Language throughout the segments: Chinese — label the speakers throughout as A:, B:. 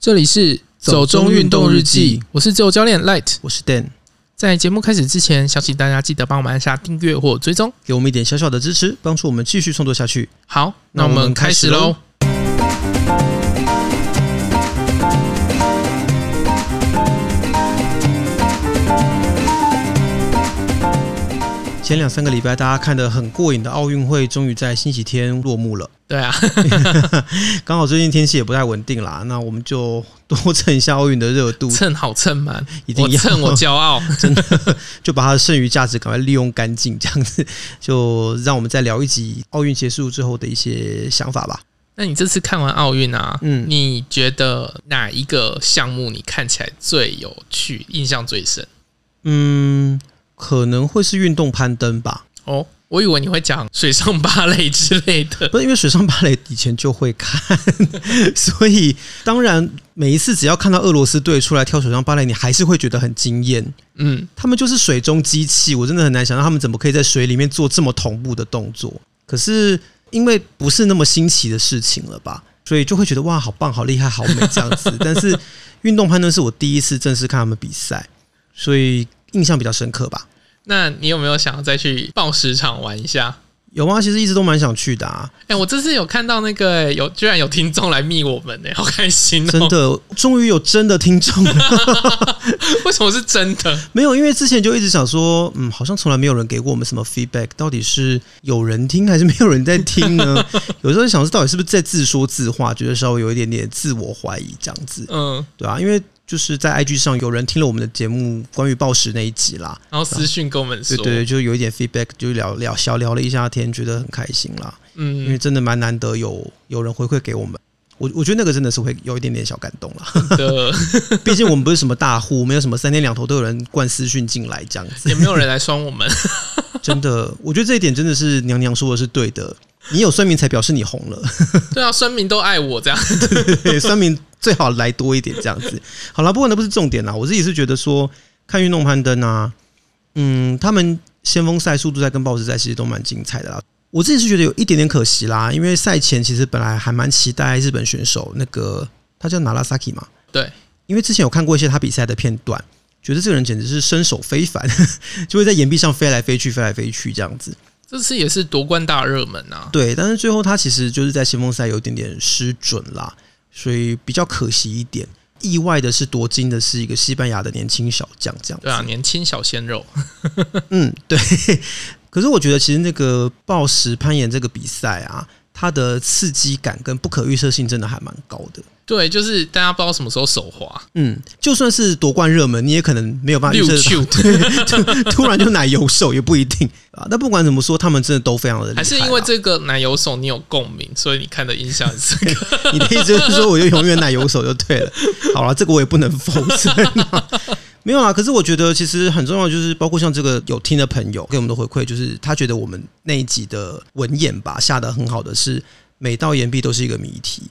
A: 这里是走中运动日记，我是自由教练 Light。
B: 我是 Dan，
A: 在节目开始之前，想请大家记得帮我们按下订阅或追踪。
B: 给我们一点小小的支持，帮助我们继续创作下去。
A: 好，那
B: 那
A: 我
B: 我
A: 们
B: 们
A: 开
B: 开
A: 始
B: 始
A: 喽
B: 喽。前两三个礼拜，大家看得很过瘾的奥运会，终于在星期天落幕了。
A: 对啊，
B: 刚好最近天气也不太稳定啦，那我们就多蹭一下奥运的热度，
A: 蹭好蹭满，
B: 一定
A: 我
B: 要
A: 蹭我骄 傲。
B: 真的 就把它的剩余价值赶快利用干净，这样子就让我们再聊一集奥运结束之后的一些想法吧。
A: 那你这次看完奥运啊，
B: 嗯
A: 你觉得哪一个项目你看起来最有趣，印象最深？
B: 嗯，可能会是运动攀登吧，
A: 哦，我以为你会讲水上芭蕾之类的。
B: 不是因为水上芭蕾以前就会看， 所以当然每一次只要看到俄罗斯队出来跳水上芭蕾，你还是会觉得很惊艳。
A: 嗯，
B: 他们就是水中机器，我真的很难想象他们怎么可以在水里面做这么同步的动作。可是因为不是那么新奇的事情了吧，所以就会觉得哇，好棒，好厉害，好美这样子。但是运动攀登是我第一次正式看他们比赛，所以印象比较深刻吧。
A: 那你有没有想要再去报时场玩一下？
B: 有啊，其实一直都蛮想去的啊，
A: 哎、我这次有看到那个、哎有居然有听众来密我们呢、哎好开心哦、
B: 真，的，终于有真的听众了。
A: 为什么是真的？
B: 没有，因为之前就一直想说，嗯，好像从来没有人给过我们什么 feedback，到底是有人听还是没有人在听呢？有时候想说，到底是不是在自说自话，觉得稍微有一点点自我怀疑这样子，
A: 嗯，
B: 对啊，因为就是在 IG 上有人听了我们的节目关于暴食那一集啦，
A: 然后私讯跟我们
B: 对
A: 说，
B: 对，对就有一点 feedback，就聊聊小聊了一下天，觉得很开心啦，因为
A: 嗯，
B: 真的蛮难得有有人回馈给我们。我我觉得那个真的是会有一点点小感动啦，
A: 的
B: 毕竟我们不是什么大户，没有什么三天两头都有人灌私讯进来这样子
A: 也。没有人来酸我们。
B: 真的，我觉得这一点真的是娘娘说的是对的。你有酸民才表示你红了，
A: 对啊，酸民都爱我这样。
B: 对酸民最好来多一点这样子。好啦，不过那不是重点啦，我自己是觉得说看运动攀登啊，嗯，他们先锋赛、速度赛跟报时赛其实都蛮精彩的啦。我自己是觉得有一点点可惜啦，因为赛前其实本来还蛮期待日本选手那个他叫拿拉萨基嘛，
A: 对，
B: 因为之前有看过一些他比赛的片段，觉得这个人简直是身手非凡， 就会在岩壁上飞来飞去、飞来飞去这样子。
A: 这次也是夺冠大热门啊。
B: 对，但是最后他其实就是在先锋赛有一点点失准啦，所以比较可惜一点。意外的是夺金的是一个西班牙的年轻小将，这样子。
A: 对啊，年轻小鲜肉。
B: 嗯，对。可是我觉得其实那个暴石攀岩这个比赛啊，它的刺激感跟不可预测性真的还蛮高的。
A: 对，就是大家不知道什么时候手滑
B: 嗯，就算是夺冠热门，你也可能没有办法预
A: 六
B: 测，
A: 球，
B: 突然就奶油手也不一定啊。但不管怎么说，他们真的都非常的厉害啦。啊
A: 还是因为这个奶油手你有共鸣，所以你看的印象很深刻。
B: 你的意思就是说，我就永远奶油手就对了。好了，这个我也不能否认、啊。没有啊，可是我觉得其实很重要，就是包括像这个有听的朋友给我们的回馈，就是他觉得我们那一集的文眼吧下的很好的是，每道岩壁都是一个谜题，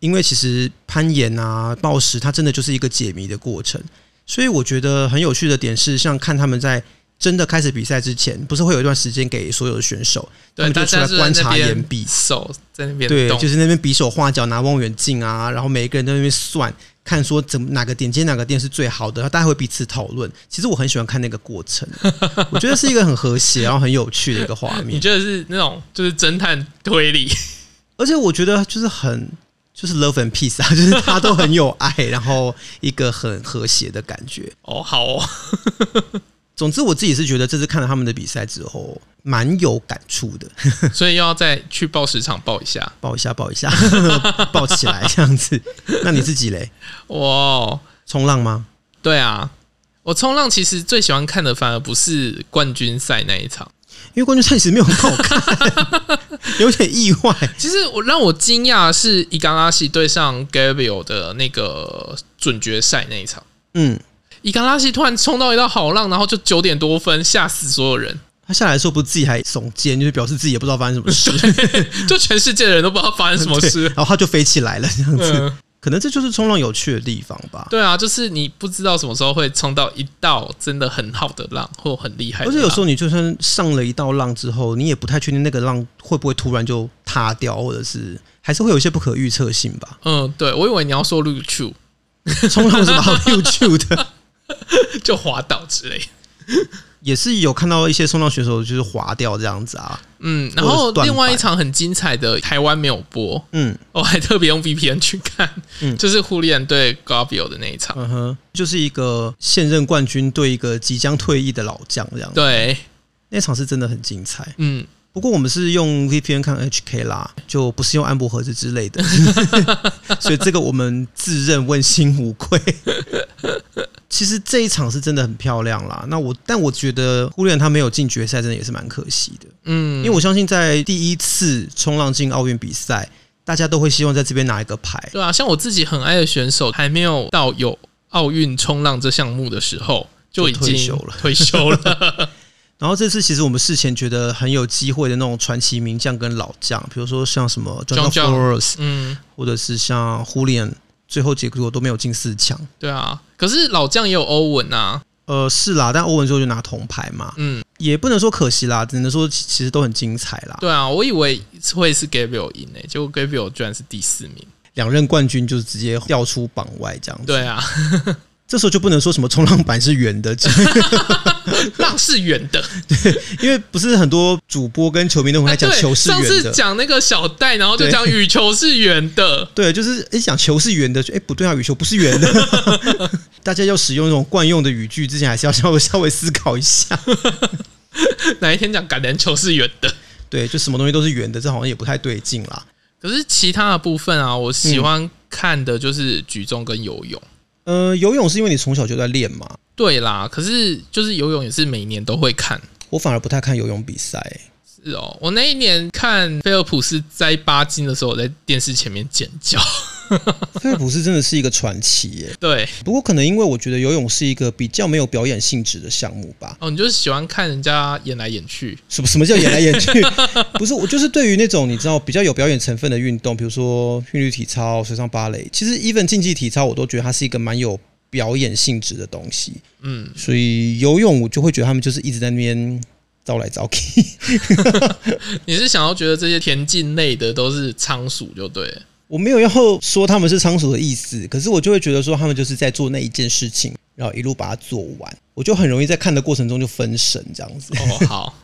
B: 因为其实攀岩啊、暴食，它真的就是一个解谜的过程。所以我觉得很有趣的点是，像看他们在真的开始比赛之前，不是会有一段时间给所有的选手，
A: 对，
B: 他
A: 大
B: 们就
A: 家
B: 出
A: 就在
B: 来观
A: 那
B: 察岩
A: 边
B: 壁，
A: 手在那边
B: 对，
A: 动，
B: 就是那边比手画脚、拿望远镜啊，然后每一个人在那边算，看说怎么哪个点接哪个点是最好的，然后大家会彼此讨论。其实我很喜欢看那个过程，我觉得是一个很和谐然后很有趣的一个画
A: 你
B: 面，
A: 觉得是那种就是侦探推理，
B: 而且我觉得就是很就是 love and peace 啊， 就是大家都很有爱，然后一个很和谐的感觉。
A: 哦，好哦，
B: 总之，我自己是觉得这次看了他们的比赛之后，蛮有感触的。
A: 所以又要再去报时场报一下。
B: 抱一下，抱一下， 抱起来这样子。那你自己嘞？
A: 哇、哦，
B: 冲浪吗？
A: 对啊，我冲浪其实最喜欢看的反而不是冠军赛那一场，
B: 因为冠军赛其实没有很好看，有点意外。
A: 其实我让我惊讶的是伊冈拉西对上 Gabriel 的那个准决赛那一场，
B: 嗯，
A: 伊冈拉西突然冲到一道好浪，然后就九点多分，吓死所有人，
B: 他下来的时候不是自己还耸肩，就是表示自己也不知道发生什么 事，
A: 就全世界的人都不知道发生什么
B: 对
A: 事。
B: 然后他就飞起来了，这样子。
A: 嗯，
B: 可能这就是冲浪有趣的地方吧。
A: 对啊，就是你不知道什么时候会冲到一道真的很好的浪或很厉害的
B: 而
A: 浪，
B: 且有时候你就算上了一道浪之后，你也不太确定那个浪会不会突然就塌掉，或者是还是会有一些不可预测性吧。
A: 嗯，对，我以为你要说 l u c h
B: 冲浪什么 YouTube 的，
A: 就滑倒之类。
B: 也是有看到一些冲浪选手就是滑掉这样子啊。
A: 嗯，然
B: 或者
A: 后
B: 是断
A: 另外一
B: 板
A: 场很精彩的台湾没有播，
B: 嗯
A: 我还特别用 VPN 去看，
B: 嗯
A: 就是胡利安对 Gabio 的那一场。
B: 嗯哼，就是一个现任冠军对一个即将退役的老将这样子。
A: 对，
B: 那场是真的很精彩。
A: 嗯，
B: 不过我们是用 VPN 看 HK 啦，就不是用安博盒子之类的，所以这个我们自认问心无愧。其实这一场是真的很漂亮啦。那我但我觉得忽略他没有进决赛，真的也是蛮可惜的。
A: 嗯，
B: 因为我相信在第一次冲浪进奥运比赛，大家都会希望在这边拿一个牌。
A: 对啊，像我自己很爱的选手，还没有到有奥运冲浪这项目的时候，就已
B: 就
A: 经
B: 退休了
A: 退休 了。
B: 然后这次其实我们事前觉得很有机会的那种传奇名将跟老将，比如说像什么 John
A: John
B: f l o r s
A: 嗯，
B: 或者是像 Julian，最后结果都没有进四强。
A: 对啊。可是老将也有欧文啊，
B: 呃，是啦，但欧文最后就拿铜牌嘛，
A: 嗯，
B: 也不能说可惜啦，只能说其其实都很精彩啦。
A: 对啊，我以为会是 Gabriel 赢诶、结果 Gabriel 居然是第四名。
B: 两任冠军就直接掉出榜外这样子。，
A: 对啊，
B: 这时候就不能说什么冲浪板是 圆的，这样
A: 浪是圆的，
B: 因为不是很多主播跟球迷都很爱
A: 哎
B: 讲
A: 对，
B: 球是
A: 上
B: 圆
A: 次
B: 的。
A: 讲那个小戴，然后就
B: 对
A: 讲羽球是圆的，
B: 对，就是一讲球是圆的，哎，不对啊，羽球不是圆的。 大家要使用那种惯用的语句之前，还是要稍微稍微思考一下。
A: 哪一天讲橄榄球是圆的？
B: 对，就什么东西都是圆的，这好像也不太对劲啦。
A: 可是其他的部分啊，我喜欢看的就是举重跟游泳。
B: 呃，游泳是因为你从小就在练嘛，
A: 对啦，可是就是游泳也是每年都会看。
B: 我反而不太看游泳比赛、欸
A: 是哦，我那一年看菲尔普斯摘巴金的时候，我在电视前面尖叫。
B: 菲尔普斯真的是一个传奇耶。
A: 对，
B: 不过可能因为我觉得游泳是一个比较没有表演性质的项目吧。
A: 哦，你就是喜欢看人家演来演去。
B: 什么什么叫演来演去？不是，我就是对于那种你知道比较有表演成分的运动，比如说韵律体操、水上芭蕾，其实 even 竞技体操，我都觉得它是一个蛮有表演性质的东西。
A: 嗯，
B: 所以游泳我就会觉得他们就是一直在那边招来招去。
A: 你是想要觉得这些田径类的都是仓鼠就对 了。
B: 我没有要说他们是仓鼠的意思，可是我就会觉得说他们就是在做那一件事情，然后一路把它做完，我就很容易在看的过程中就分神这样 子。
A: 哦，好，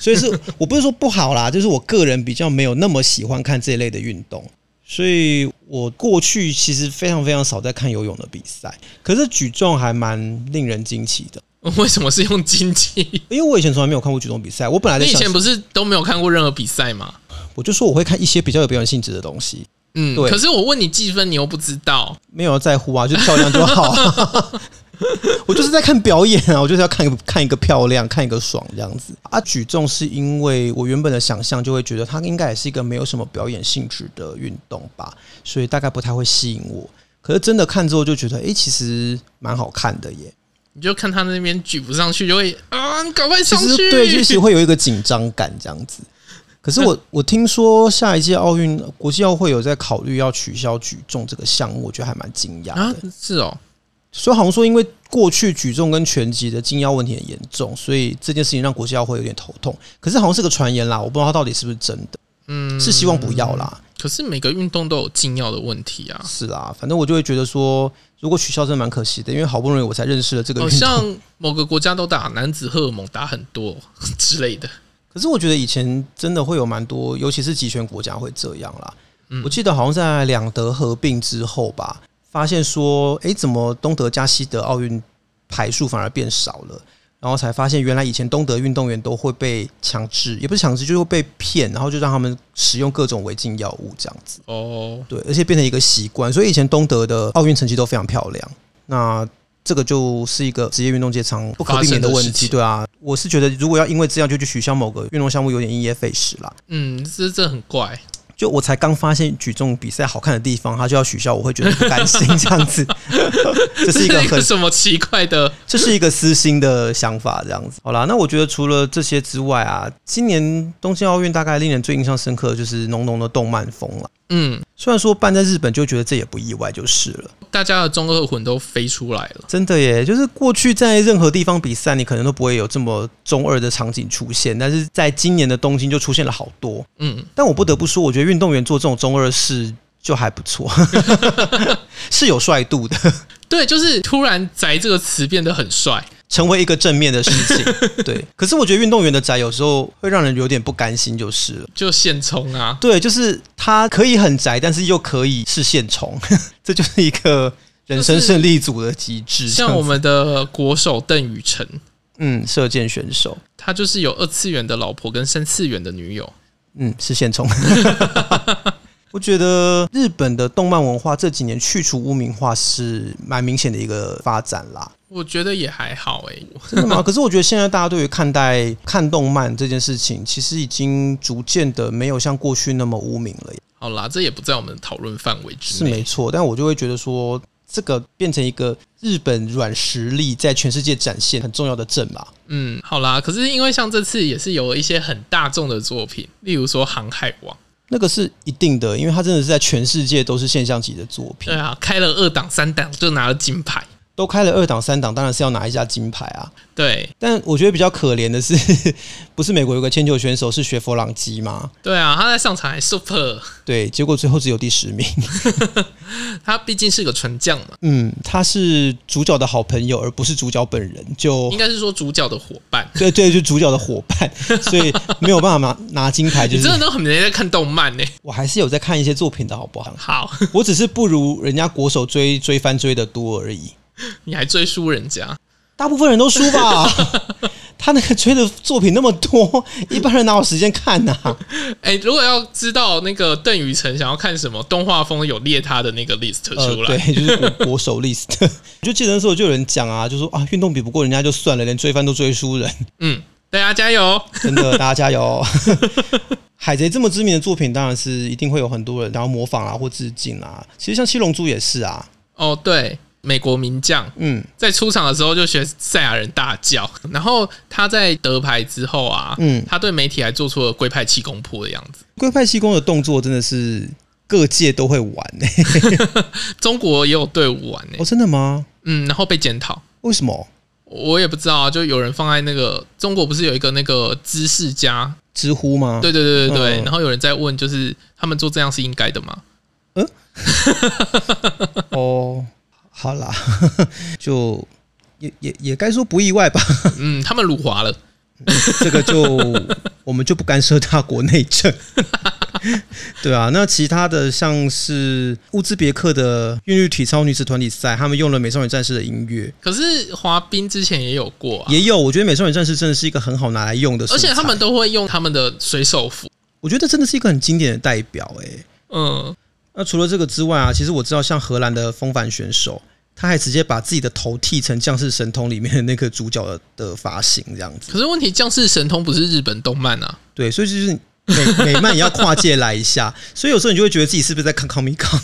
B: 所以是我不是说不好啦，就是我个人比较没有那么喜欢看这一类的运动，所以我过去其实非常非常少在看游泳的比赛，可是举重还蛮令人惊奇的，
A: 为什么是用经济？
B: 因为我以前从来没有看过举重比赛，我本来在
A: 你以
B: 想
A: 前，不是都没有看过任何比赛吗？
B: 我就说我会看一些比较有表演性质的东西，
A: 嗯，
B: 对
A: 可是我问你计分，你又不知道。
B: 没有在乎啊，就漂亮就好、 啊。我就是在看表演啊，我就是要看一个看一个漂亮，看一个爽这样子啊。举重是因为我原本的想象就会觉得它应该也是一个没有什么表演性质的运动吧，所以大概不太会吸引我。可是真的看之后就觉得，诶，其实蛮好看的耶。
A: 你就看他那边举不上去，就会啊，你赶快
B: 其
A: 上
B: 实
A: 去。
B: 对，就是会有一个紧张感这样子。可是我我听说下一届奥运国际奥会有在考虑要取消举重这个项目，我觉得还蛮惊讶的。
A: 啊，是哦，
B: 所以好像说，因为过去举重跟拳击的禁药问题很严重，所以这件事情让国际奥会有点头痛。可是好像是个传言啦，我不知道它到底是不是真的，
A: 嗯，
B: 是希望不要啦，
A: 可是每个运动都有禁药的问题啊，
B: 是啦。反正我就会觉得说，如果取消真的蛮可惜的，因为好不容易我才认识了这个
A: 好
B: 运动。
A: 像某个国家都打男子荷尔蒙打很多 之类的。
B: 可是我觉得以前真的会有蛮多，尤其是集权国家会这样啦。
A: 嗯
B: 我记得好像在两德合并之后吧，发现说，诶，怎么东德加西德奥运牌数反而变少了？然后才发现，原来以前东德运动员都会被强制，也不是强制，就是会被骗，然后就让他们使用各种违禁药物这样子。
A: 哦，
B: 对，而且变成一个习惯，所以以前东德的奥运成绩都非常漂亮。那这个就是一个职业运动界常不可避免问
A: 发生的事
B: 题，
A: 情
B: 对啊。我是觉得，如果要因为这样就去取消某个运动项目，有点因噎废食啦。
A: 嗯，这这很怪。
B: 就我才刚发现举重比赛好看的地方，他就要取消，我会觉得不甘心 这样子。这 是 一个
A: 这
B: 很，
A: 什么奇怪的？
B: 这是一个私心的想法，这样子。好啦，那我觉得除了这些之外啊，今年东京奥运大概令人最印象深刻的就是浓浓的动漫风了。
A: 嗯，
B: 虽然说办在日本，就觉得这也不意外，就是了。
A: 大家的中二魂都飞出来了。
B: 真的耶，就是过去在任何地方比赛，你可能都不会有这么中二的场景出现，但是在今年的东京就出现了好多。
A: 嗯，
B: 但我不得不说，我觉得运动员做这种中二事就还不 错，是有帅度的，
A: 对，就是突然“宅”这个词变得很帅。
B: 成为一个正面的事 情。对，可是我觉得运动员的宅有时候会让人有点不甘心，就是了。
A: 就现充啊，
B: 对，就是他可以很宅，但是又可以是现虫， 这就是一个人生胜利组的极致。
A: 像我们的国手邓宇辰，
B: 嗯，射箭选手，
A: 他就是有二次元的老婆跟三次元的女友。
B: 嗯，是现充。 我觉得日本的动漫文化这几年去除污名化是蛮明显的一个发展啦，
A: 我觉得也还好欸诶、
B: 真的吗？可是我觉得现在大家对于看待看动漫这件事情，其实已经逐渐的没有像过去那么污名了耶，
A: 好啦，这也不在我们的讨论范围之
B: 是
A: 内。
B: 没错。但我就会觉得说，这个变成一个日本软实力在全世界展现很重要的证吧。
A: 嗯，好啦，可是因为像这次也是有一些很大众的作品，例如说《航海王》，
B: 那个是一定的，因为它真的是在全世界都是现象级的作品
A: 对，啊，开了二档三档就拿了金牌，
B: 都开了二档三档，当然是要拿一下金牌啊。
A: 对
B: 但我觉得比较可怜的是， 不是美国有个铅球选手是学佛朗基吗？
A: 对啊，他在上场还 super，
B: 对，结果最后只有第十名。
A: 他毕竟是个纯将嘛，
B: 嗯，他是主角的好朋友，而不是主角本人，就
A: 应该是说主角的伙伴。
B: 对对，就主角的伙 伴，所以没有办法拿拿金牌。就
A: 你
B: 是
A: 真的都很没在看动漫呢、
B: 我还是有在看一些作品的好不好？
A: 好，
B: 我只是不如人家国手追追番追的多而已，
A: 你还追输人家，
B: 大部分人都 输吧。他那个追的作品那么多，一般人哪有时间看啊呐、
A: 哎、如果要知道那个邓宇辰想要看什么动画风，有列他的那个 list
B: 呃，
A: 出来。
B: 对， 就是国国手 list。我 就记得那时候就有人讲啊，就说啊，运动比不过人家就算了，连追番都追输人，
A: 嗯，大家加油！
B: 真的，大家加油！哦 海贼这么知名的作品，当然是一定会有很多人然后模仿啊或致敬啊。其实像七龙珠也是啊，
A: 哦，对，美国名将
B: 嗯
A: 在出场的时候就学赛亚人大叫， 然后他在得牌之后啊，
B: 嗯，
A: 他对媒体还做出了龟派气功破的样子。
B: 龟派气功的动作真的是各界都会玩诶、
A: 中国也有队伍玩呢、 欸
B: 哦，真的吗？
A: 嗯，然后被检讨。
B: 为什么？
A: 我也不知道啊，就有人放在那个中国不是有一个那个知识家，
B: 知乎吗？
A: 对对对对对，
B: 嗯
A: 然后有人在问，就是他们做这样是应该的 吗？
B: 哦，好啦， 就也也也该说不意外吧。
A: 嗯，他们辱华了，
B: 这个 就我们就不干涉他国内政。 对啊，那其他的像是乌兹别克的韵律体操女子团体赛，他们用了《美少女战士》的音乐，
A: 可是滑冰之前也有过啊，
B: 也有我觉得《美少女战士》真的是一个很好拿来用的素
A: 而
B: 材，
A: 且他们都会用他们的水手服。
B: 我觉得真的是一个很经典的代表、欸。诶，
A: 嗯，
B: 那除了这个之外啊，其实我知道像荷兰的风帆选手，他还直接把自己的头剃成《降世神通》里面的那个主角的的发型这样子。
A: 可是问题，降世神通不是日本动漫啊，
B: 对，所以就是美美漫也要跨界来一下，所以有时候你就会觉得自己是不是在看康米康？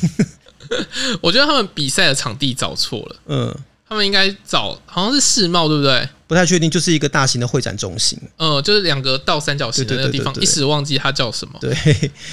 A: 我觉得他们比赛的场地找错了，
B: 嗯，
A: 他们应该找好像是世贸，对不对？
B: 不太确定，就是一个大型的会展中心。
A: 嗯，就是两个倒三角形的那个地方，
B: 对对对对对
A: 一时忘记它叫什么，
B: 对，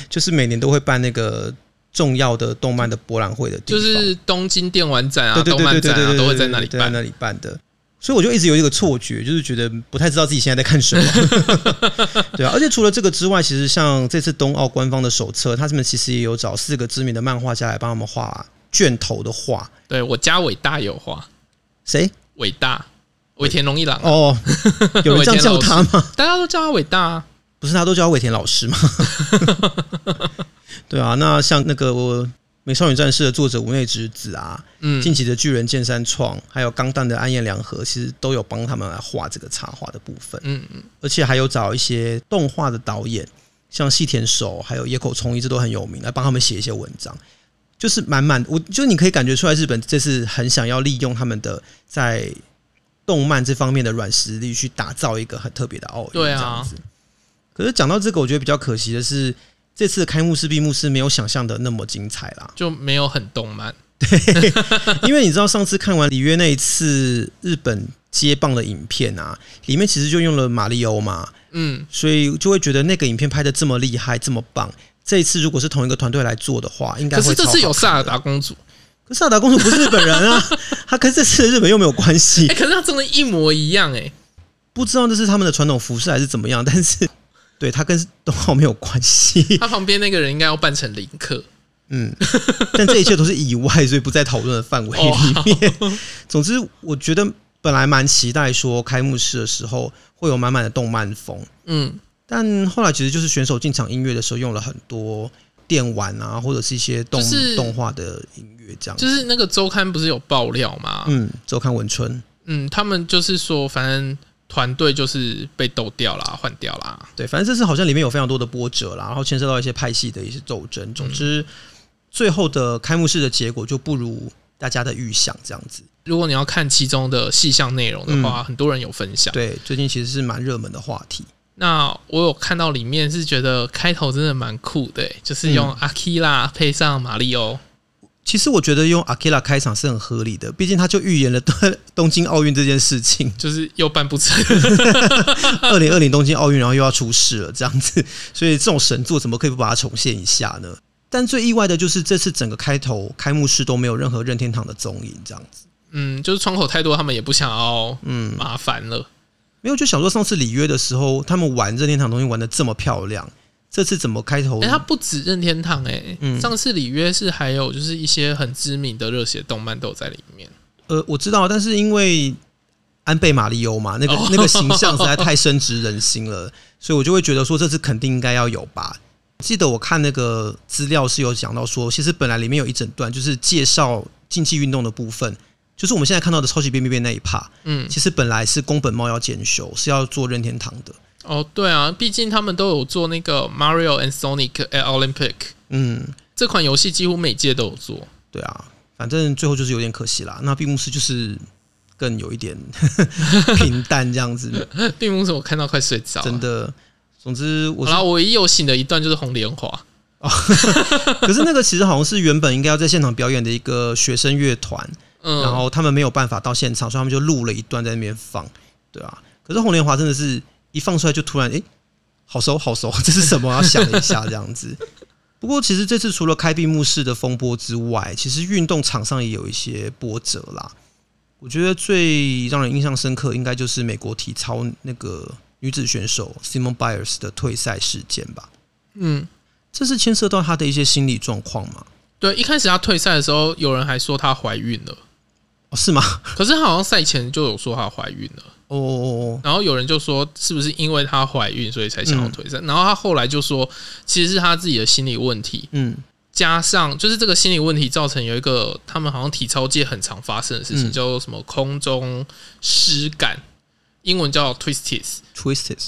B: 就是每年都会办那个重要的动漫的博览会的地
A: 就
B: 方，
A: 是东京电玩展啊、
B: 对对
A: 动
B: 对对
A: 漫
B: 对
A: 展
B: 对
A: 啊，
B: 对，
A: 都会在那里
B: 对对对
A: 办。
B: 那里办的。所以我就一直有一个错觉，就是觉得不太知道自己现在在看什么。 对啊，而且除了这个之外，其实像这次冬奥官方的手册，他们其实也有找四个知名的漫画家来帮他们画卷头的画。
A: 对我家伟大有画，
B: 谁？
A: 伟大尾田荣一郎啊，
B: 哦，有人这样叫他吗？
A: 大家都叫他伟大啊。
B: 不是他都叫尾田老师吗？对啊，那像那个《美少女战士》的作者无内直子啊，
A: 嗯，
B: 近期的巨人剑三创，还有钢弹的安彦良和，其实都有帮他们来画这个插画的部分，
A: 嗯嗯，
B: 而且还有找一些动画的导演，像细田守还有野口聪一，这都很有名，来帮他们写一些文章。就是满满，我就你可以感觉出来，日本这次很想要利用他们的在动漫这方面的软实力，去打造一个很特别的奥运。
A: 对啊
B: 这样子。可是讲到这个，我觉得比较可惜的是，这次的开幕式、闭幕式没有想象的那么精彩啦。
A: 就没有很动漫。
B: 因为你知道上次看完里约那一次日本接棒的影片啊，里面其实就用了马里欧嘛，
A: 嗯，
B: 所以就会觉得那个影片拍的这么厉害，这么棒。这一次如果是同一个团队来做的话，应该
A: 可
B: 会
A: 是这
B: 超
A: 次有
B: 好看
A: 萨
B: 的
A: 尔达，公主，
B: 可是萨达公主不是日本人啊，她跟这次的日本又没有关系
A: 哎、，可是她真的一模一样哎、
B: 不知道这是他们的传统服饰还是怎么样，但是对她跟冬奥没有关系。
A: 她旁边那个人应该要扮成林克，
B: 嗯， 但这一切都是意外，所以不在讨论的范围里面。
A: 哦
B: 总之，我觉得本来蛮期待说开幕式的时候会有满满的动漫风，
A: 嗯，
B: 但后来其实就是选手进场音乐的时候用了很多电玩啊，或者是一些动、
A: 就是
B: 动画的音乐这样。
A: 就是那个周刊不是有爆料吗？嗯
B: 嗯，周刊文春，
A: 他们就是说，反正团队就是被斗掉啦，换掉啦。
B: 对，反正这次好像里面有非常多的波折啦，然后牵涉到一些派系的一些斗
A: 嗯
B: 争。总之，最后的开幕式的结果就不如大家的预想这样子。
A: 如果你要看其中的细项内容的话，很多人有分享。
B: 嗯对，最近其实是蛮热门的话题。
A: 那我有看到里面是觉得开头真的蛮酷的、欸就是用
B: 嗯
A: 阿基拉配上马里欧，
B: 其实我觉得用 Akira 开场是很合理的，毕竟他就预言了 东东京奥运这件事情，
A: 就是又办不成。
B: 二零二零东京奥运，然后又要出事了这样子， 所以这种神作怎么可以不把它重现一下呢？但最意外的就是这次整个开头开幕式都没有任何任天堂的踪影，这样子。
A: 嗯，就是窗口太多，他们也不想要嗯麻烦了。
B: 没有，就想说上次里约的时候，他们玩任天堂东西玩的这么漂亮，这次怎么开头？
A: 哎、它不止任天堂哎、
B: 嗯
A: 上次里约是还有就是一些很知名的热血动漫都有在里面。
B: 呃，我知道，但是因为安倍马里欧嘛，那个、
A: 哦
B: 那个形象实在太深植人心了，所以我就会觉得说这次肯定应该要有吧。记得我看那个资料是有讲到说，其实本来里面有一整段就是介绍竞技运动的部分，就是我们现在看到的超级变变变那一趴，
A: 嗯，
B: 其实本来是宫本茂要检修，是要做任天堂的。
A: 哦，对啊，毕竟他们都有做那个 Mario and Sonic at Olympic
B: 嗯，
A: 这款游戏，几乎每届都有做。
B: 对啊，反正最后就是有点可惜啦。那闭幕式就是更有一点 平淡这 样子，
A: 并不是我看到快睡着了。
B: 真的。总之
A: 好
B: 我是
A: 啦，我唯一有醒的一段就是红莲华。
B: 可是那个其实好像是原本应该要在现场表演的一个学生乐团，
A: 嗯，
B: 然后他们没有办法到现场，所以他们就录了一段在那边放，对啊。可是红莲华真的是一放出来就突然哎、诶好熟好熟，这是什么啊？想了一下这样子。 不过其实这次除了开闭幕式的风波之外，其实运动场上也有一些波折啦。我觉得最让人印象深刻，应该就是美国体操那个女子选手 Simone Biles 的退赛事件吧。
A: 嗯，
B: 这是牵涉到她的一些心理状况吗？
A: 对，一开始她退赛的时候，有人还说她怀孕了，
B: 哦，是吗？
A: 可是她好像赛前就有说她怀孕了，
B: 哦哦
A: 然后有人就说是不是因为她怀孕所以才想要退赛，
B: 嗯
A: 然后她后来就说其实是她自己的心理问题，
B: 嗯，
A: 加上就是这个心理问题造成有一个他们好像体操界很常发生的事情，
B: 嗯
A: 叫做什么空中失感，英文叫 twisties，
B: ，twisted，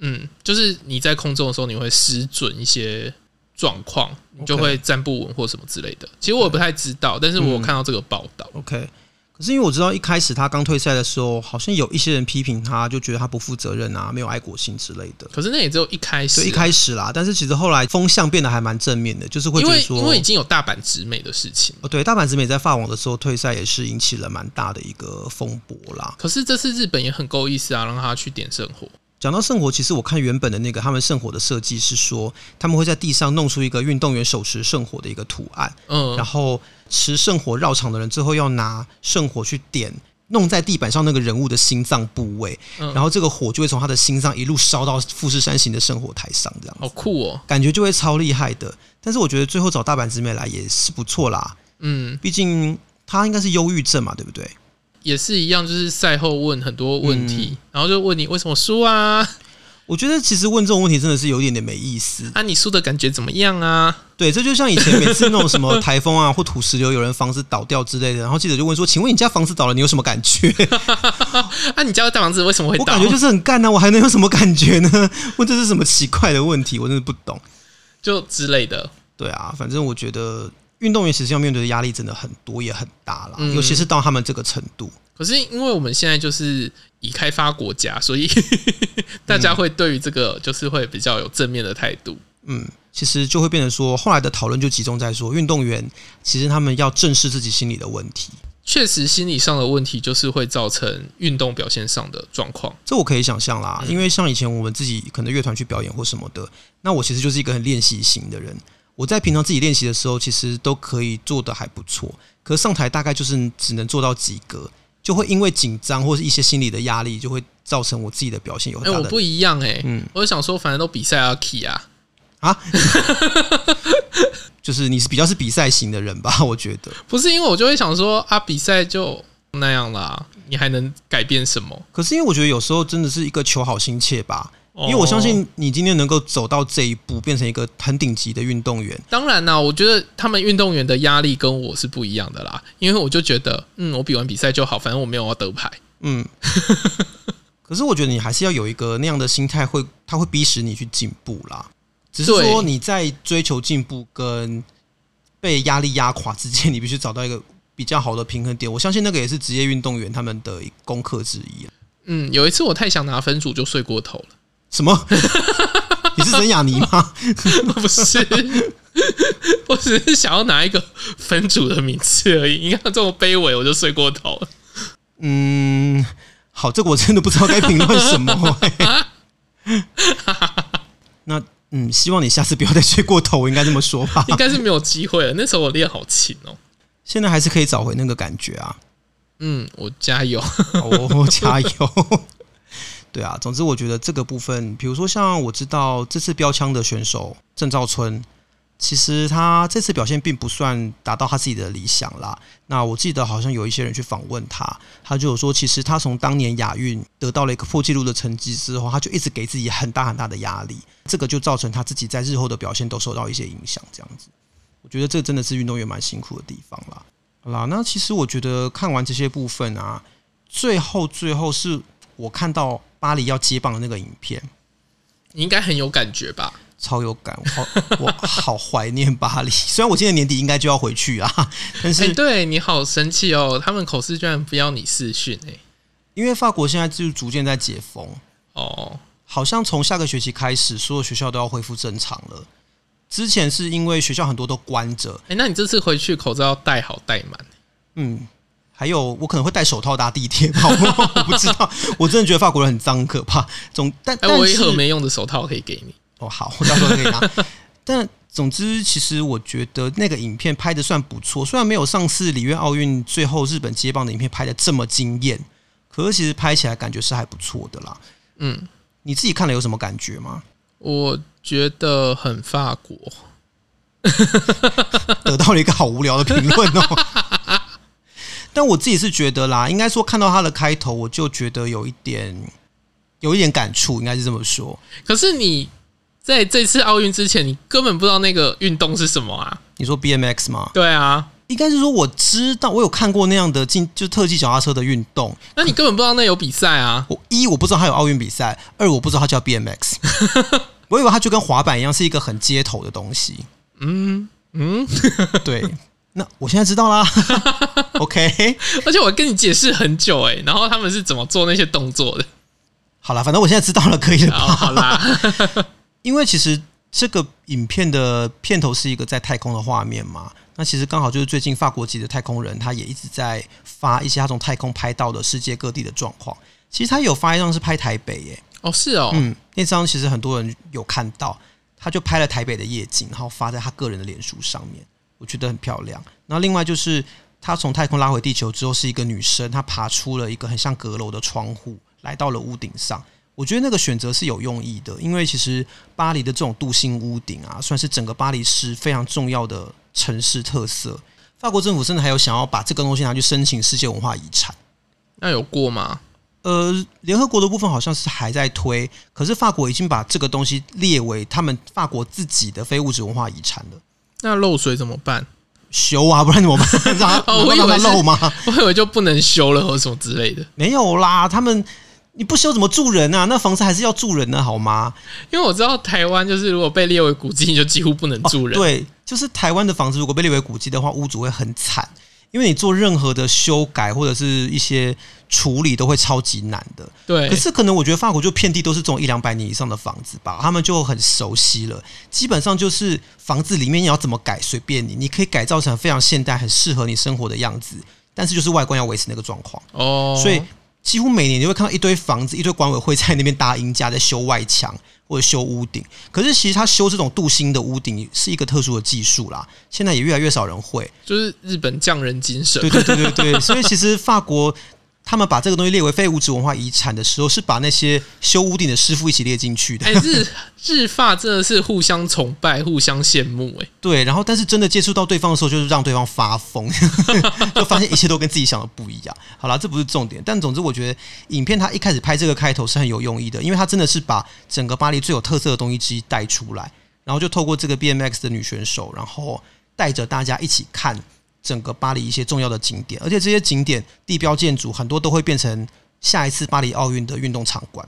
A: 嗯，就是你在空中的时候，你会失准一些状况，你就会站不稳或什么之类的。其实我也不太知道，但是我有看到这个报道，
B: OK，可是因为我知道一开始他刚退赛的时候，好像有一些人批评他，就觉得他不负责任啊，没有爱国心之类的。
A: 可是那也只有一开始
B: 就
A: 啊，
B: 一开始啦，但是其实后来风向变得还蛮正面的，就是会
A: 因
B: 觉得
A: 为
B: 说
A: 因，为已经有大阪直美的事情，
B: 哦，对，大阪直美在法网的时候退赛也是引起了蛮大的一个风波啦。
A: 可是这次日本也很够意思啊，让他去点圣火。
B: 讲到圣火，其实我看原本的那个他们圣火的设计是说，他们会在地上弄出一个运动员手持圣火的一个图案，然
A: 嗯，
B: 后持圣火绕场的人最后要拿圣火去点弄在地板上那个人物的心脏部位，
A: 嗯
B: 然后这个火就会从他的心脏一路烧到富士山行的圣火台上，这样
A: 好酷哦，
B: 感觉就会超厉害的。但是我觉得最后找大阪直美来也是不错啦，
A: 嗯，
B: 毕竟他应该是忧郁症嘛，对不对？
A: 也是一样，就是赛后问很多问
B: 嗯
A: 题，然后就问你为什么输啊，
B: 我觉得其实问这种问题真的是有一点点没意思。
A: 啊，你输的感觉怎么样啊？
B: 对，这就像以前每次那种什么台风啊或土石流，有人房子倒掉之类的，然后记者就问说：“请问你家房子倒了，你有什么感觉？”
A: 啊，你家的大房子为什么会
B: 我
A: 倒？
B: 感觉就是很干啊，我还能有什么感觉呢？ 问这是什么奇怪的问题，我真的不懂。
A: 就之类的，
B: 对啊，反正我觉得运动员其实要面对的压力真的很多，也很大啦，
A: 嗯
B: 尤其是到他们这个程度。
A: 可是因为我们现在就是已开发国家，所以
B: 嗯
A: 大家会对于这个就是会比较有正面的态度。
B: 嗯，其实就会变成说，后来的讨论就集中在说，运动员其实他们要正视自己心理的问题，
A: 确实，心理上的问题就是会造成运动表现上的状况。
B: 这我可以想象啦。
A: 嗯
B: 因为像以前我们自己可能乐团去表演或什么的，那我其实就是一个很练习型的人。我在平常自己练习的时候，其实都可以做的还不错，可是上台大概就是只能做到及格，就会因为紧张或是一些心理的压力，就会造成我自己的表现有
A: 哎、
B: 很大
A: 我
B: 的、
A: 不一样哎、
B: 嗯
A: 我就想说，反正都比赛要 key 啊，
B: 啊，就是你是比较是比赛型的人吧？ 我觉得。
A: 不是因为我就会想说啊，比赛就那样啦，你还能改变什么？
B: 可是因为我觉得有时候真的是一个求好心切吧，因为我相
A: 哦
B: 信你今天能够走到这一步，变成一个很顶级的运动员，
A: 当然啦，我觉得他们运动员的压力跟我是不一样的啦，因为我就觉得，嗯，我比完比赛就好，反正我没有要得牌。
B: 嗯。 可是我觉得你还是要有一个那样的心态，会他会逼使你去进步啦。只是
A: 对
B: 说你在追求进步跟被压力压垮之间，你必须找到一个比较好的平衡点。我相信那个也是职业运动员他们的功课之一。啊
A: 嗯，有一次我太想拿分数就睡过头了，
B: 什么？ 你是沈雅妮吗？
A: 不是，我只是想要拿一个分组的名次而已。你看这么卑微，我就睡过头 了。
B: 嗯，好，这个我真的不知道该评论什么、 那嗯，希望你下次不要再睡过头，我应该这么说吧。
A: 应该是没有机会了。那时候我练好勤哦。
B: 现在还是可以找回那个感觉啊！
A: 嗯，我加油。
B: 哦，加油！ 对啊，总之我觉得这个部分，比如说像我知道这次标枪的选手郑兆春，其实他这次表现并不算达到他自己的理想啦。那我记得好像有一些人去访问他，他就有说，其实他从当年亚运得到了一个破纪录的成绩之后，他就一直给自己很大很大的压力，这个就造成他自己在日后的表现都受到一些影响。这样子，我觉得这真的是运动员蛮辛苦的地方啦。好啦，那其实我觉得看完这些部分啊，最后最后是我看到巴黎要接棒的那个影片，
A: 你应该很有感觉吧？
B: 超有感，我好 我好怀念巴黎。虽然我今年年底应该就要回去啊，但
A: 哎、
B: 是
A: 对你好神奇哦！他们口试居然不要你试训哎、
B: 因为法国现在就逐渐在解封，
A: 哦，
B: 好像从下个学期开始，所有学校都要恢复正常了。之前是因为学校很多都关着，
A: 哎、那你这次回去口罩要戴好戴满。
B: 嗯，还有我可能会戴手套搭地铁吧，我我不知道，我真的觉得法国人很脏很可怕。总但
A: 哎、
B: 但
A: 我有一
B: 是
A: 盒没用的手套可以给你。
B: 哦，好，我到时候可以拿。 但总之，其实我觉得那个影片拍的算不错，虽然没有上次里约奥运最后日本接棒的影片拍的这么惊艳，可是其实拍起来感觉是还不错的啦。
A: 嗯，
B: 你自己看了有什么感觉吗？
A: 我觉得很法国。
B: 得到了一个好无聊的评论哦。 但我自己是觉得啦，应该说看到它的开头，我就觉得有一点有一点感触，应该是这么说。
A: 可是你在这次奥运之前，你根本不知道那个运动是什么啊？
B: 你说 BMX 吗？
A: 对啊，
B: 应该是说我知道，我有看过那样的竞，就特技脚踏车的运动，
A: 那你根本不知道那有比赛啊？
B: 我一我不知道它有奥运比赛，二我不知道它叫 BMX，我以为它就跟滑板一样是一个很街头的东西。
A: 嗯嗯，
B: 对，那我现在知 道啦。OK，
A: 而且我跟你解释很久哎、然后他们是怎么做那些动作的？
B: 好啦，反正我现在知道了，可以了
A: 好
B: 吧？
A: 好啦，
B: 因为其实这个影片的片头是一个在太空的画面嘛，那其实刚好就是最近法国籍的太空人，他也一直在发一些他从太空拍到的世界各地的状况。其实他有发一张是拍台北耶、
A: 哦是哦，
B: 嗯，那张其实很多人有看到，他就拍了台北的夜景，然后发在他个人的脸书上面，我觉得很漂亮。然后另外就是他从太空拉回地球之后，是一个女生，她爬出了一个很像阁楼的窗户，来到了屋顶上。我觉得那个选择是有用意的，因为其实巴黎的这种镀锌屋顶啊，算是整个巴黎市非常重要的城市特色。法国政府甚至还有想要把这个东西拿去申请世界文化遗产。
A: 那有过吗？
B: 呃，联合国的部分好像是还在推，可是法国已经把这个东西列为他们法国自己的非物质文化遗产了。
A: 那漏水怎么办？
B: 修啊，不然怎么办？ 让它
A: 哦我以为
B: 让它
A: 是
B: 漏吗？
A: 我以为就不能修了或什么之类的，
B: 没有啦，他们你不修怎么住人啊？那房子还是要住人啊的好吗？
A: 因为我知道台湾就是如果被列为古迹，你就几乎不能住人。
B: 哦对，就是台湾的房子如果被列为古迹的话，屋主会很惨，因为你做任何的修改或者是一些处理都会超级难的。
A: 对
B: 可是可能我觉得法国就遍地都是这种一两百年以上的房子吧，他们就很熟悉了。基本上就是房子里面你要怎么改随便你，你可以改造成非常现代、很适合你生活的样子，但是就是外观要维持那个状况。
A: 哦，
B: 所以几乎每年你会看到一堆房子、一堆管委会在那边搭鹰架，在修外墙或者修屋顶。可是其实它修这种镀锌的屋顶是一个特殊的技术啦，现在也越来越少人会。
A: 就是日本匠人精神
B: 对对对对对，所以其实法国。他们把这个东西列为非物质文化遗产的时候，是把那些修屋顶的师傅一起列进去的。
A: 哎、日日发真的是互相崇拜、互相羡慕、哎，
B: 对，然后但是真的接触到对方的时候，就是让对方发疯， 就发现一切都跟自己想的不一样。好啦，这不是重点，但总之我觉得影片它一开始拍这个开头是很有用意的，因为它真的是把整个巴黎最有特色的东西之一带出来，然后就透过这个 BMX 的女选手，然后带着大家一起看整个巴黎一些重要的景点，而且这些景点地标建筑很多都会变成下一次巴黎奥运的运动场馆。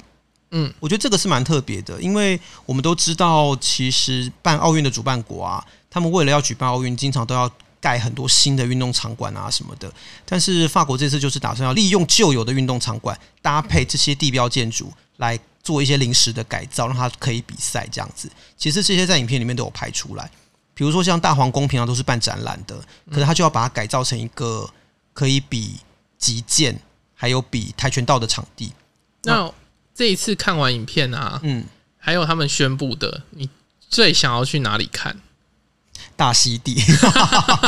A: 嗯，
B: 我觉得这个是蛮特别的，因为我们都知道，其实办奥运的主办国啊，他们为了要举办奥运，经常都要盖很多新的运动场馆啊什么的。但是法国这次就是打算要利用旧有的运动场馆，搭配这些地标建筑来做一些临时的改造，让它可以比赛这样子。其实这些在影片里面都有拍出来，比如说像大皇宫平常都是办展览的，可是他就要把它改造成一个可以比击剑还有比跆拳道的场地。
A: 那这一次看完影片啊，
B: 嗯，
A: 还有他们宣布的，你最想要去哪里看？
B: 大溪地，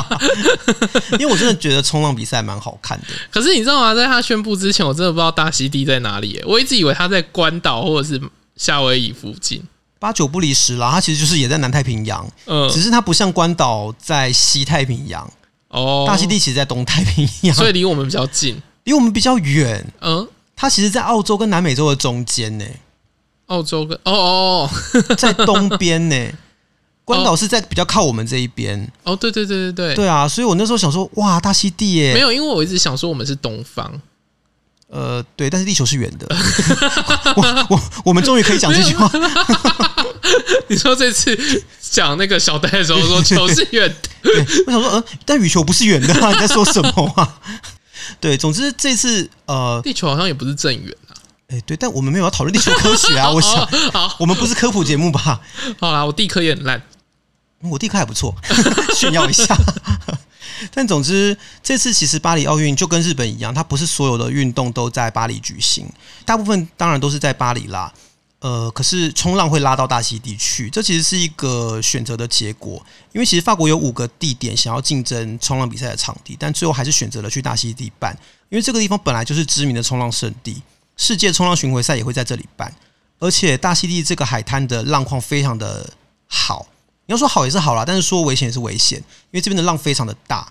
B: 因为我真的觉得冲浪比赛蛮好看的。
A: 可是你知道吗？在他宣布之前，我真的不知道大溪地在哪里、哎我一直以为他在关岛或者是夏威夷附近。
B: 八九不离十啦，它其实就是也在南太平洋，
A: 嗯，
B: 只是它不像关岛在西太平洋，
A: 哦，
B: 大溪地其 实在东太平洋，
A: 所以离我们比较近。
B: 离我们比较远。
A: 嗯，
B: 它其实，在澳洲跟南美洲的中间 呢、
A: 澳洲跟哦哦哦
B: 在东边呢、关岛是在比较靠我们这一边。
A: 哦，对对对对对，
B: 对啊，所以我那时候想说，哇，大溪地耶、
A: 没有，因为我一直想说我们是东方，
B: 呃，对，但是地球是圆的。我我我们终于可以讲这句话，
A: 你说这次讲那个小呆的时候说球是圆的，
B: 我想说，呃，但羽球不是圆的、啊，你在说什么啊？对，总之这次呃，
A: 地球好像也不是正圆 啊。
B: 哎、对，但我们没有要讨论地球科学 啊，我想
A: 哦，好，
B: 我们不是科普节目吧？
A: 好啦，我地科也很烂。
B: 我地科还不错， 炫耀一下。 但总之，这次其实巴黎奥运就跟日本一样，它不是所有的运动都在巴黎举行，大部分当然都是在巴黎啦。呃，可是冲浪会拉到大溪地去，这其实是一个选择的结果。因为其实法国有五个地点想要竞争冲浪比赛的场地，但最后还是选择了去大溪地办，因为这个地方本来就是知名的冲浪圣地，世界冲浪巡回赛也会在这里办。而且大溪地这个海滩的浪况非常的好，你要说好也是好啦，但是说危险也是危险，因为这边的浪非常的大，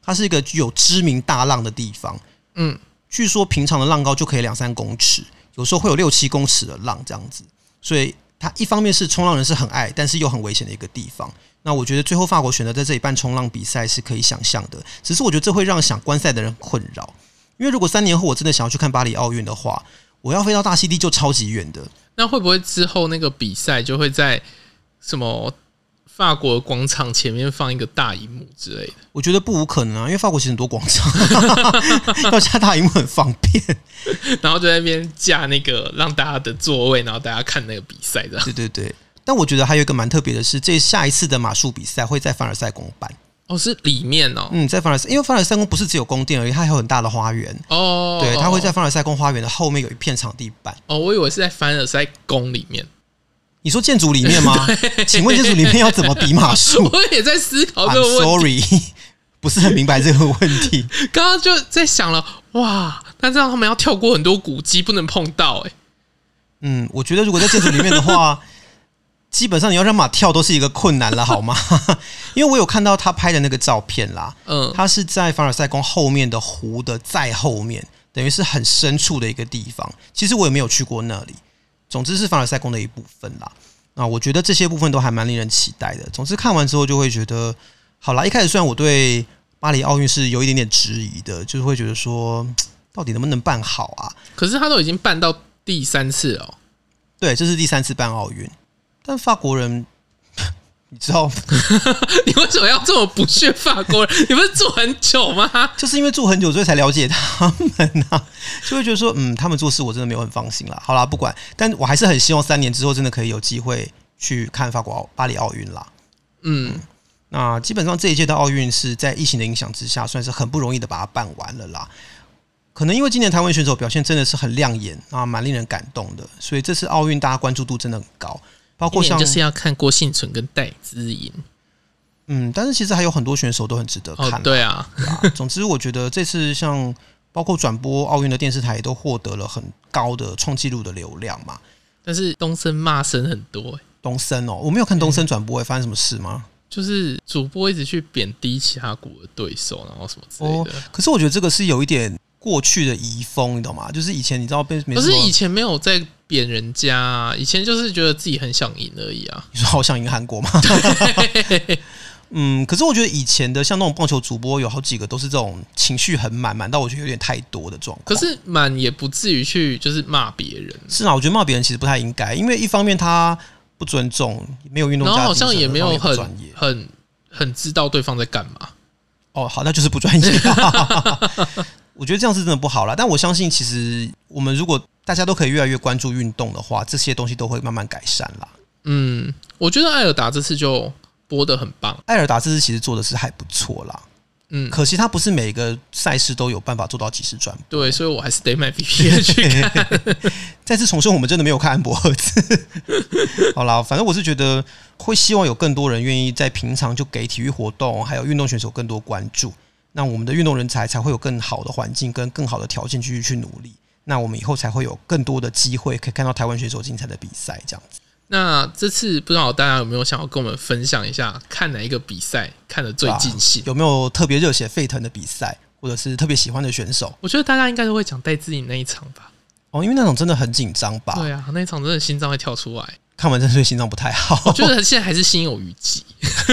B: 它是一个具有知名大浪的地方。
A: 嗯，
B: 据说平常的浪高就可以两三公尺，有时候会有六七公尺的浪这样子，所以它一方面是冲浪人是很爱，但是又很危险的一个地方。那我觉得最后法国选择在这里办冲浪比赛是可以想象的，只是我觉得这会让想观赛的人困扰，因为如果三年后我真的想要去看巴黎奥运的话，我要飞到大溪地就超级远的。
A: 那会不会之后那个比赛就会在什么法国广场前面放一个大荧幕之类的？
B: 我觉得不无可能啊，因为法国其实很多广场， 要加大荧幕很方便。
A: 然后就在那边架那个让大家的座位，然后大家看那个比赛这样。
B: 对对对，但我觉得还有一个蛮特别的是，这下一次的马术比赛会在凡尔赛宫办。
A: 哦，是里面哦，
B: 嗯，在凡尔赛，因为凡尔赛宫不是只有宫殿而已，它还有很大的花园。
A: 哦，
B: 嗯对，它会在凡尔赛宫花园的后面有一片场地板。
A: 哦，我以为是在凡尔赛宫里 面，
B: 你说建筑里面吗？请问建筑里面要怎么比马 术
A: 我也在思考这
B: ？I'm
A: 个问
B: sorry，不是很明白这个问题。
A: 题。刚刚就在想了，哇，那这样他们要跳过很多古迹，不能碰到哎、
B: 嗯，我觉得如果在建筑里面的话， 基本上你要让马跳都是一个困难了，好吗？ 因为我有看到他拍的那个照片啦，
A: 嗯，
B: 它是在凡尔赛宫后面的湖的再后面，等于是很深处的一个地方。其实我也没有去过那里，总之是凡尔赛宫的一部分啦。那我觉得这些部分都还蛮令人期待的。总之看完之后就会觉得，好啦，一开始虽然我对巴黎奥运是有一点点质疑的，就是会觉得说，到底能不能办好啊？
A: 可是他都已经办到第三次了哦、
B: 对，这是第三次办奥运，但法国人， 你知道，
A: 你为什么要这么不屑法国人？你 不是住很久吗？
B: 就是因为住很久，所以才了解他们啊， 就会觉得说，嗯，他们做事我真的没有很放心啦。好啦，不管，但我还是很希望三年之后真的可以有机会去看法国奥巴黎奥运啦。
A: 嗯，
B: 那基本上这一届的奥运是在疫情的影响之下，算是很不容易的把它办完了啦。可能因为今年台湾选手表现真的是很亮眼啊，蛮令人感动的，所以这次奥运大家关注度真的很高，包
A: 过
B: 括像
A: 就是要看郭幸存跟戴资颖
B: 嗯，但是其实还有很多选手都很值得看
A: 哦
B: 啦、，
A: 对啊，
B: 对啊，总之，我觉得这次像包括转播奥运的电视台也都获得了很高的创纪录的流量嘛。
A: 但是东森骂声很多、欸，
B: 东森哦，我没有看东
A: 嗯
B: 森转播、欸，发生什么事吗？
A: 就是主播一直去贬低其他股的对手，然后什么之类
B: 哦
A: 的。，
B: 可是我觉得这个是有一点过去的遗风，你懂吗？就是以前你知道被没
A: 可
B: 什
A: 是
B: 么
A: 以前没有在贬人家、啊，以前就是觉得自己很想赢而已啊。
B: 你说好想赢韩国吗？ 嗯，可是我觉得以前的像那种棒球主播，有好几个都是这种情绪很满，满到我觉得有点太多的状况。
A: 可是满也不至于去就是骂别人，
B: 是啊，我觉得骂别人其实不太应该，因为一方面他不尊重，没有运动
A: 然
B: 家
A: 后好
B: 的
A: 像
B: 精神
A: 也没有
B: 二方面不
A: 很
B: 专业。
A: 很很知道对方在干嘛。
B: 哦，好，那就是 不专业。我觉得这样是真的不好啦，但我相信，其实我们如果大家都可以越来越关注运动的话，这些东西都会慢慢改善啦。
A: 嗯，我觉得艾尔达这次就播的很棒。
B: 艾尔达这次其实做的是还不错啦，
A: 嗯，
B: 可惜他不是每个赛事都有办法做到即时转播。
A: 对，所以我还是得 买 VPN 去看。
B: 再次重申，我们真的没有看安博赫兹。 好啦，反正我是觉得会希望有更多人愿意在平常就给体育活动还有运动选手更多关注，那我们的运动人才才会有更好的环境跟更好的条件继续去努力。那我们以后才会有更多的机会可以看到台湾选手精彩的比赛，这样子。
A: 那这次不知道大家有没有想要跟我们分享一下，看哪一个比赛看的最尽兴？
B: 啊有没有特别热血沸腾的比赛，或者是特别喜欢的选手？
A: 我觉得大家应该都会讲戴志颖那一场吧。
B: 哦，因为那种真的很紧张吧，
A: 对啊，那一场真的心脏会跳出来。
B: 看完真的对心脏不太好。
A: 我觉得现在还是心有余悸。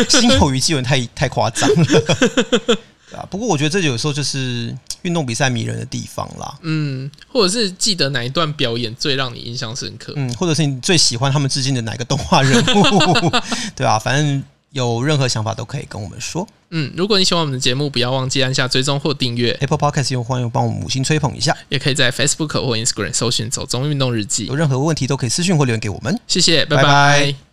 B: 心有余悸有点太太夸张了。 对啊，不过我觉得这有时候就是运动比赛迷人的地方啦。
A: 嗯，或者是记得哪一段表演最让你印象深刻？
B: 嗯，或者是你最喜欢他们致敬的哪个动画人物？对啊，反正有任何想法都可以跟我们说。
A: 嗯，如果你喜欢我们的节目，不要忘记按下追踪或订阅，
B: Apple Podcast 用欢迎帮我们五星吹捧一下。
A: 也可以在 Facebook 或 Instagram 搜寻“走中运动日记
B: 有任何问题都可以私讯或留言给我们。”。
A: 谢谢，
B: 拜
A: 拜
B: 拜
A: 拜